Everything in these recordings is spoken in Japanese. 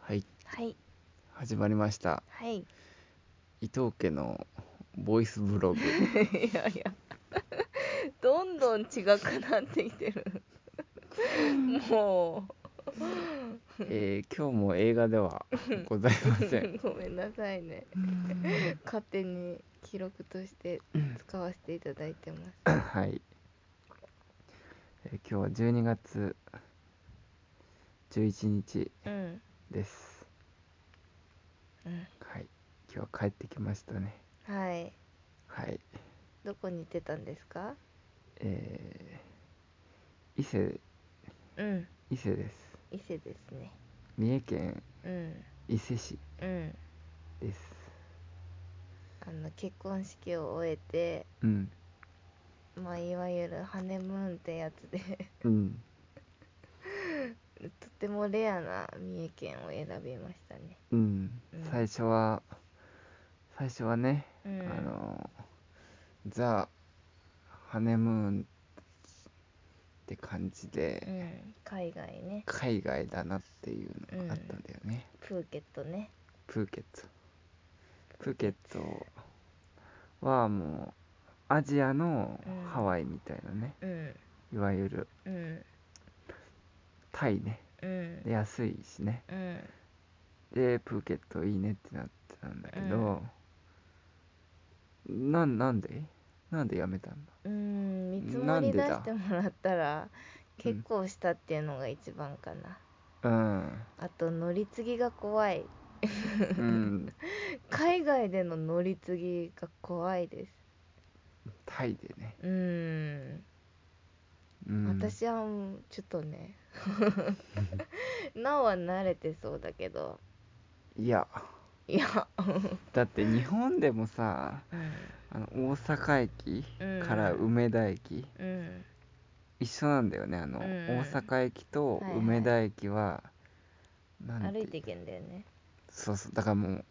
はいはい始まりましたはいい伊藤家のボイスブ ログやいや どんどん違くなってきてるもえー今日も映画ではございません うごめんなさいね勝手に記録として使わせていただいてますはい、えー今日は12月11日うんですうんはい今日は帰ってきましたねはいはいどこに行ってたんですかえー伊勢うん伊勢です伊勢ですね三重県うん伊勢市うんですあの結婚式を終えてうんまあいわゆるハネムーンってやつでうんとてもレアな三重県を選びましたねうんうん最初は最初はねうんあのザ・ハネムーンって感じで、うん、海外ね海外だなっていうのがあったんだよね、プーケットねプーケットプーケットはもうアジアのうんハワイみたいなね、うんいわゆるうんタイねうんで安いしねうんでプーケットいいねってなってたんだけど、なんなんでなんでやめたんだうん見積なもんりで出だしてもらったら結構したっていうのが一番かな、うん、あと乗り継ぎが怖い うん、海外での乗り継ぎが怖いですタイでね、うん、うん、私はもうちょっとね なおは慣れてそうだけどいやいやだって日本でもさうんあの大阪駅うんから梅田駅、うん一緒なんだよねあの、うんう大ん阪駅とはいはい梅田駅は、なんて歩いていけんだよねそうそうだからもう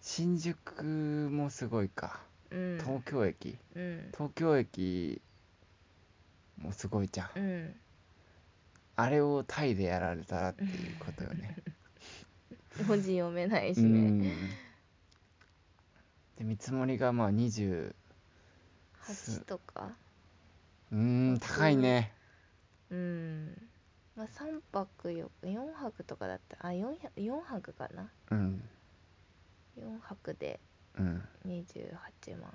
新宿もすごいかうん東京駅うん東京駅もすごいじゃん、うんあれをタイでやられたらっていうことよ ね文字読めないしうねんで見積もりがまあ20橋とかうーん高いねうんまあ3泊4 4泊とかだったあ四 4, 4泊かなうん4泊でうん28万、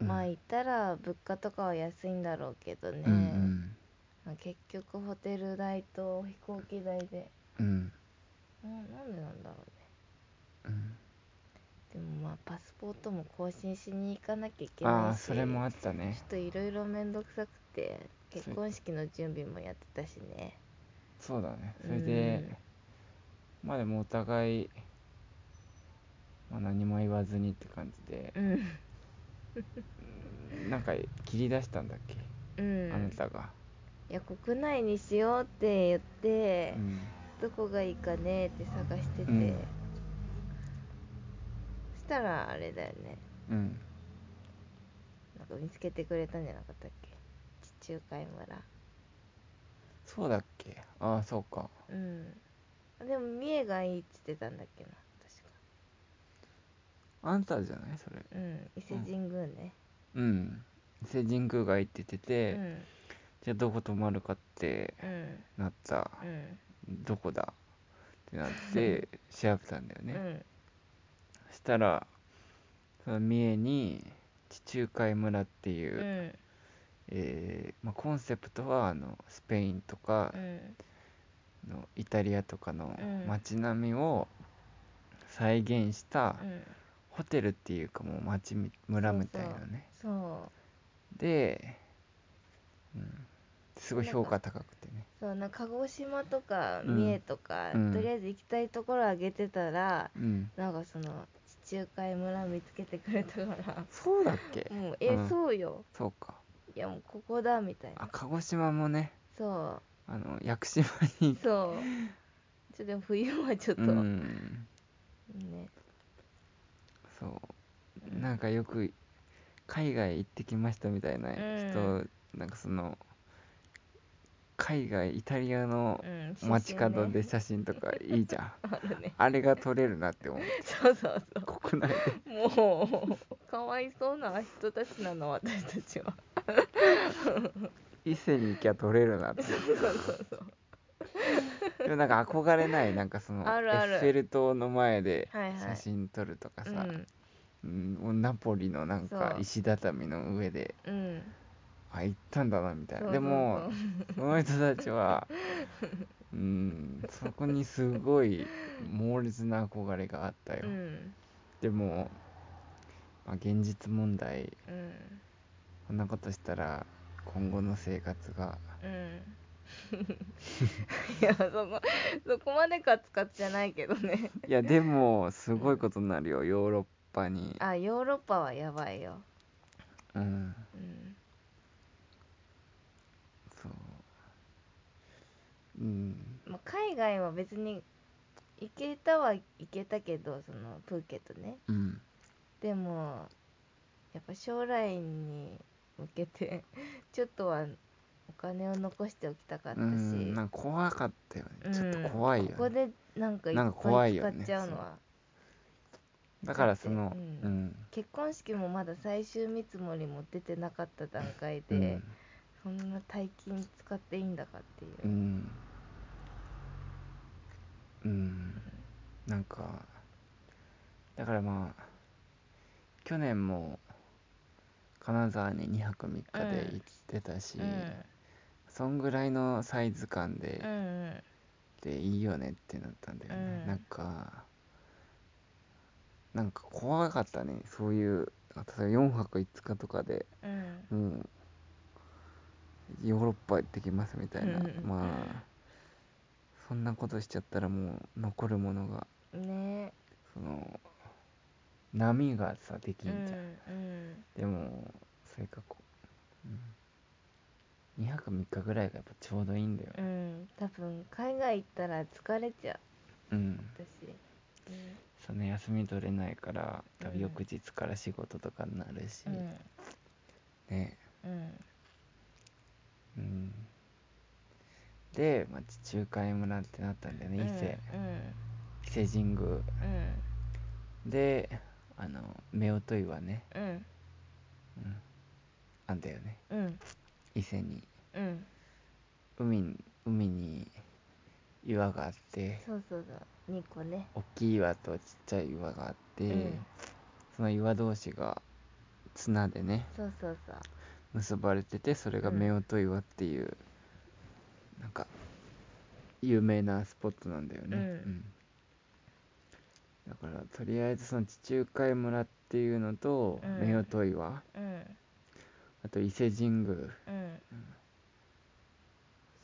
うんまあ行ったら物価とかは安いんだろうけどね、うんまあ、結局ホテル代と飛行機代でうんうんうんなんでなんだろうねうんでもまあパスポートも更新しに行かなきゃいけあなあいーしそれもあったちょねっといろいろ面倒くさくてそう結婚式の準備もやってたしねそうだねそれで、まあでもお互い、まあ、何も言わずにって感じでう、んなんか切り出したんだっけ、うんあなたが、いや国内にしようって言ってう、んどこがいいかねって探してて、うんそしたらあれだよねうんなんか見つけてくれたんじゃなかったっけ地中海村そうだっけああそうかうんあでも三重がいいって言ってたんだっけなあんたじゃないそれ確かうん伊勢神宮ねうん伊勢神宮が行っててうて、んじゃあどこ泊まるかってうんなった、うんどこだってなって調べたんだようね、んそしたらその三重に地中海村っていう、うんえーまあ、コンセプトはあのスペインとかうんのイタリアとかのうん街並みを再現したうんホテルっていうかもう街み村みたいなねそうで、うん、すごい評価高くてねそうなんか鹿児島とかうん三重とか、うんとりあえず行きたいところあげてたら、うんなんかその地中海村見つけてくれたかそうだっけらもうえ、うんそうよそうかいやもうここだみたいあな鹿児島もねそあの屋久島にうそうちょっとでも冬はちょっと、うんねそうなんかよく海外行ってきましたみたいな人、なんかその海外イタリアのうん写真ね街角で写真とかいいじゃん、あるね あれが撮れるなって思うそうそうそう国内でもうかわいそうな人たちなの私たちは伊勢に行きゃ撮れるなってそうそうそうでもなんか憧れないなんかそのあるあるエッフェル塔の前ではいはい写真撮るとかうさ、んうんもうナポリのなんかそう石畳の上でうんあ行ったんだなみたいそうそうそなうでもその人たちはうんそこにすごい猛烈な憧れがあったよ、うんでも、まあ、現実問題うんこんなことしたら今後の生活がうん いやそこそこまでカツカツじゃないけどねいやでもすごいことになるよヨーロッパにあヨーロッパはやばいようんうんそううんまあ、海外は別に行けたは行けたけどそのプーケットねうんでもやっぱ将来に向けて ちょっとはお金を残しておきたかったうし、んなんか怖かったよね、うんちょっと怖いよねここでなんかいっなんか怖ぱいい使よっねちゃうのはだからそのううんん、結婚式もまだ最終見積もりも出てなかった段階うで、んそんな大金使っていいんだかっていうう、んうんなんかだからまあ去年も金沢に2泊3日で行ってたし、うんそんぐらいのサイズ感でうんうんでいいよねってなったんだよね、うんなんかなんか怖かったねそういう例えば4泊5日とかでうんもうヨーロッパ行ってきますみたいな、うんまあそんなことしちゃったらもう残るものがねその波がさできんうじゃん、んうんでもそれかこう、うん、2泊3日ぐらいがやっぱちょうどいいんだよねうん多分海外行ったら疲れちゃううん私、うんその休み取れないから多うん分翌日から仕事とかになるし、うんねうんうんで、まあ、地中海村ってなったんだよね伊勢、うん伊勢神宮うんであの夫婦岩ねうんあんだよねうん伊勢にうん海に海に岩があってそうそうそう二個ね大きい岩とちっちゃい岩があって、うんその岩同士が綱でねそうそうそう結ばれててそれがうん夫婦岩っていう、なんか有名なスポットなんだよね、ううんんだからとりあえずその地中海村っていうのとうん夫婦岩、うんあと伊勢神宮うん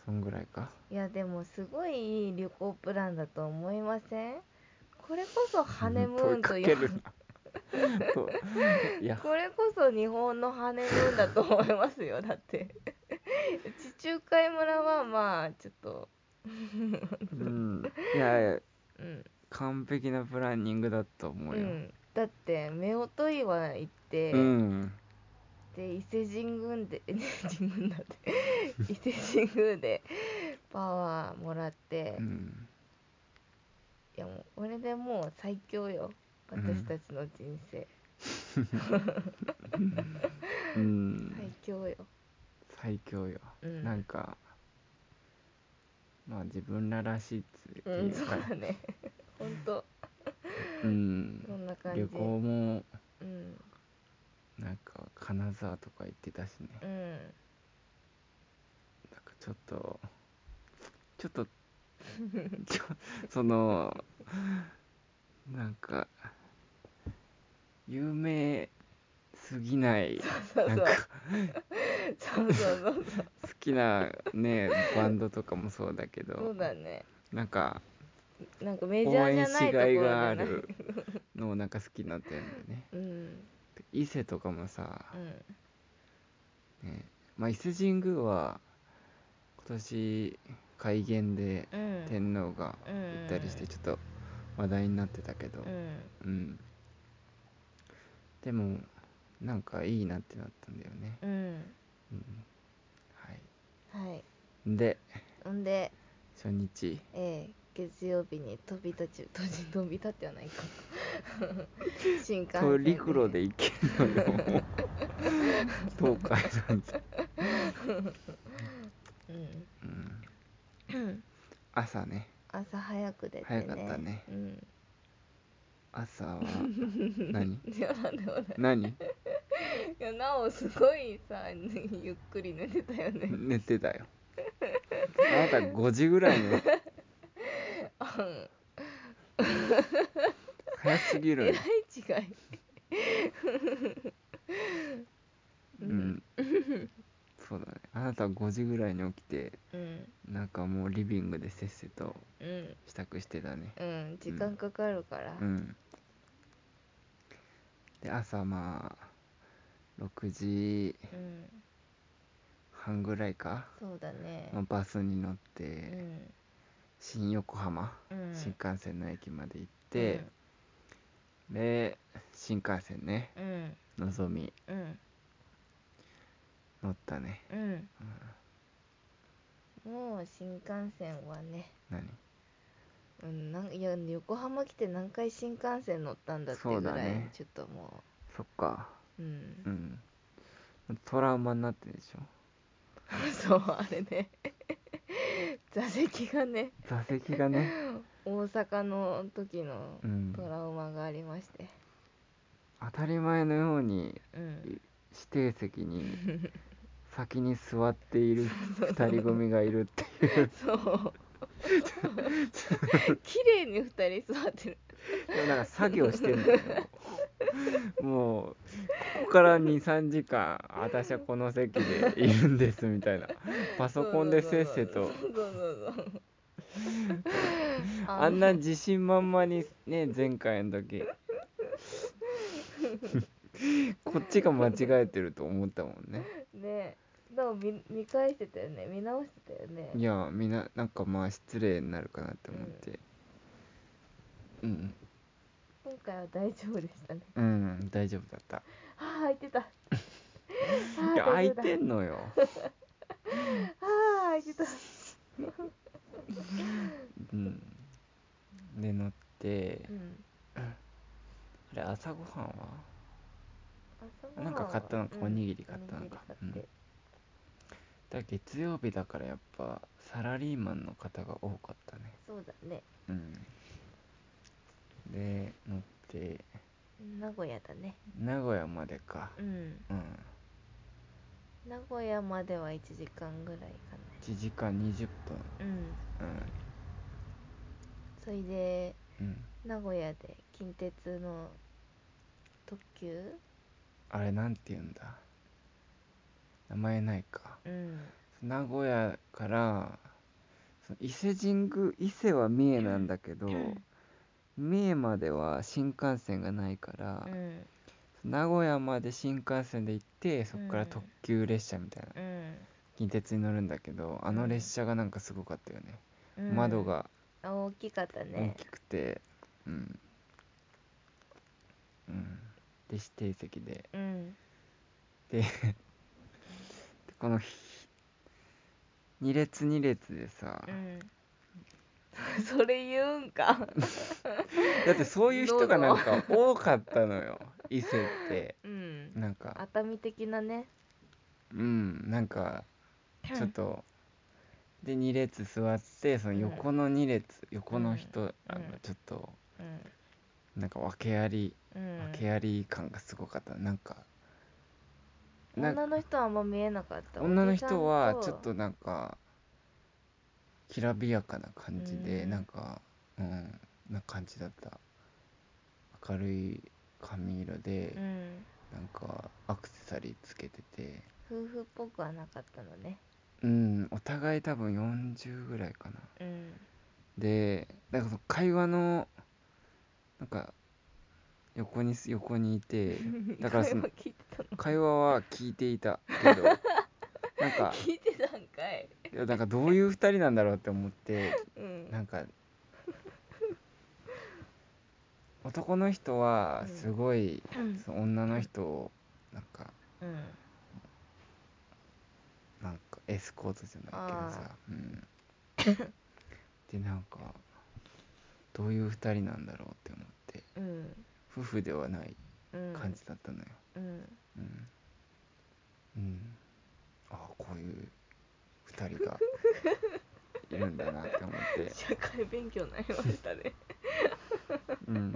そんぐらいかいやでもすごいいい旅行プランだと思いませんこれこそハネムーンと問い呼かけぶるな そういやこれこそ日本のハネムーンだと思いますよだって 地中海村はまあちょっとうんいやいやうん、完璧なプランニングだと思ううよん、だって夫婦岩行って、うんで伊勢神宮で 神宮だって 伊勢神宮でパワーもらって、ういんやもうこれでもう最強ようん私たちの人生、うん最強よ、最強ようん、なんかまあ自分ららしいってういんうそうか、だね 本当うんそんな感じ旅行もうんなんか金沢とか行ってたしねうんなんかちょっとちょっとちょそのなんか有名すぎないそうそうそうそうそう好きなねバンドとかもそうだけそどうだねなんかなんかメジ応ャーじ援ゃしないところがいじがゃあないるのをなんか好きになってるんだよねうん伊勢とかもさ、うんねまあ、伊勢神宮は今年開元でうん天皇が行ったりしてちょっと話題になってたけどう、んうん、でもなんかいいなってなったんだよね、うんうん、はいはいでほんで、初日えー、月曜日に飛び立ち、飛び飛び立ってはない か。新幹そう線陸路で行けるのよ東海なんて、うん。うん、朝ね朝早く出てね。早かったねうん。朝は 何いや、なんでもない。何いや、なお、すごいさ、ゆっくり寝てたよね。寝てたよあなた5時ぐらいに早すぎるえよらい違い。 うん、そうだねあなたは5時ぐらいに起きてうん。なんかもうリビングでせっせとうん。支度してたねうん。時間かかるから。うんで朝まあ6時うん。半ぐらいかそうだね。のバスに乗って、うん。新横浜、うん新幹線の駅まで行って、で新幹線ねうん。のぞみうん。乗ったねうん。もう新幹線はね、何うん、なんいや横浜来て何回新幹線乗ったんだってぐそうだらい、ねちょっともそっかう、うん う、んトラウマになってるでしょそうあれね 座席がね座席がね、 大阪の時のうん、トラウマがありまして、当たり前のようにうん、指定席 に先に座っている2人組がいるっていうそう 綺麗に2人座ってる でもなんか作業してんだよね もうもうここから23時間私はこの席でいるんですみたいなパソコンでせっせとそうそうそうそう あんな自信満々にね前回の時こっちが間違えてると思ったも んねねでも見見返してたよね見直してたよねいやみんななんかまあ失礼になるかなって思ってうん今回は大丈夫でしたねうん、大丈夫だったああ開いてたあいやあ空開いてんのよああ開いてたうんで乗ってうんあれ朝ごはんは朝ごはなんか買ったのかうんおにぎり買ったのかおにぎり買ってだから月曜日だからやっぱサラリーマンの方が多かったねそうだねうんで乗って名古屋だね名古屋までかうんうん名古屋までは1時間ぐらいか1時間20分なうんそれでうんうん名古屋で近鉄の特急あれなんて言うんだ名前ないかうん名古屋からその伊勢神宮伊勢は三重なんだけど三重までは新幹線がないからう、ん名古屋まで新幹線で行ってそこかうらん特急列車みたいなうん近鉄に乗るんだけどあの列車がなんかすごかったよね、うん窓があ大きかった大ねきくてうん、うん、で指定席でうんでこの2列2列でさ、うんそれ言うんかだってそういう人がなんか多かったのよ伊勢ってうんなんか熱海的なねうんなんかちょっとで2列座ってその横の2列、横の人あのうんちょっとうんなんか訳ありうん訳あり感がすごかったなんかなんか女の人はあんま見えなかった女のおじさん人はちょっとなんかきらびやかな感じで、うんなんかうんな感じだった明るい髪色で、うんなんかアクセサリーつけてて夫婦っぽくはなかったのねうんお互い多分40ぐらいかなうんでなんかその会話のなんか横にす横にい てだからその会話聞いてたの会話は聞いていたけどなんか聞いてたんかいいやなんかどういう2人なんだろうって思ってうんなんか男の人はうんすごい、うんその女の人をなんかうんなんかエスコートじゃないけどさ、うんでなんかどういう2人なんだろうって思ってうん夫婦ではないうん感じだったのようんうん、うん、ああこういう2人がいるんだなって思って社会勉強になりましたね うん、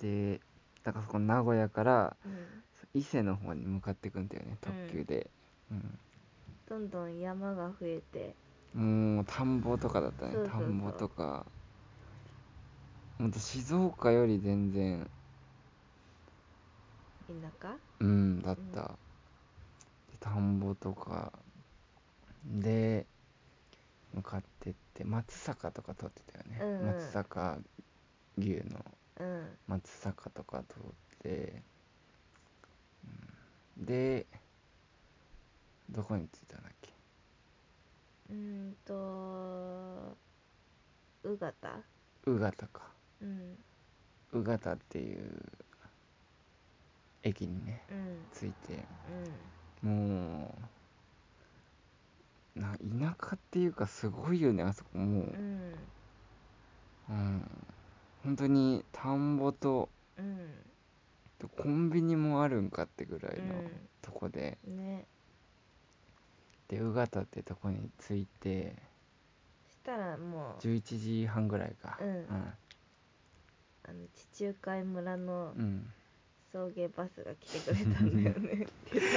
でだからそこ名古屋からうん伊勢の方に向かっていくんだよね特急で、どんどん山が増えてうんもう田んぼとかだったねそうそうそう田んぼとかほんと静岡より全然田舎うんだった、で田んぼとかで向かってって松阪とか通ってたよね、うんうん松阪牛のうん松坂とか通って、うんでどこに着いたんだっけうーんと宇方宇方かうん宇方っていう駅にねうんうん着いてもうな田舎っていうかすごいよねあそこもうう、んうん、本当に田んぼとうんコンビニもあるんかってぐらいのうんとこで、ねで宇方ってとこに着いてしたらもう11時半ぐらいかうんあの地中海村のうん、送迎バスが来てくれたんだよね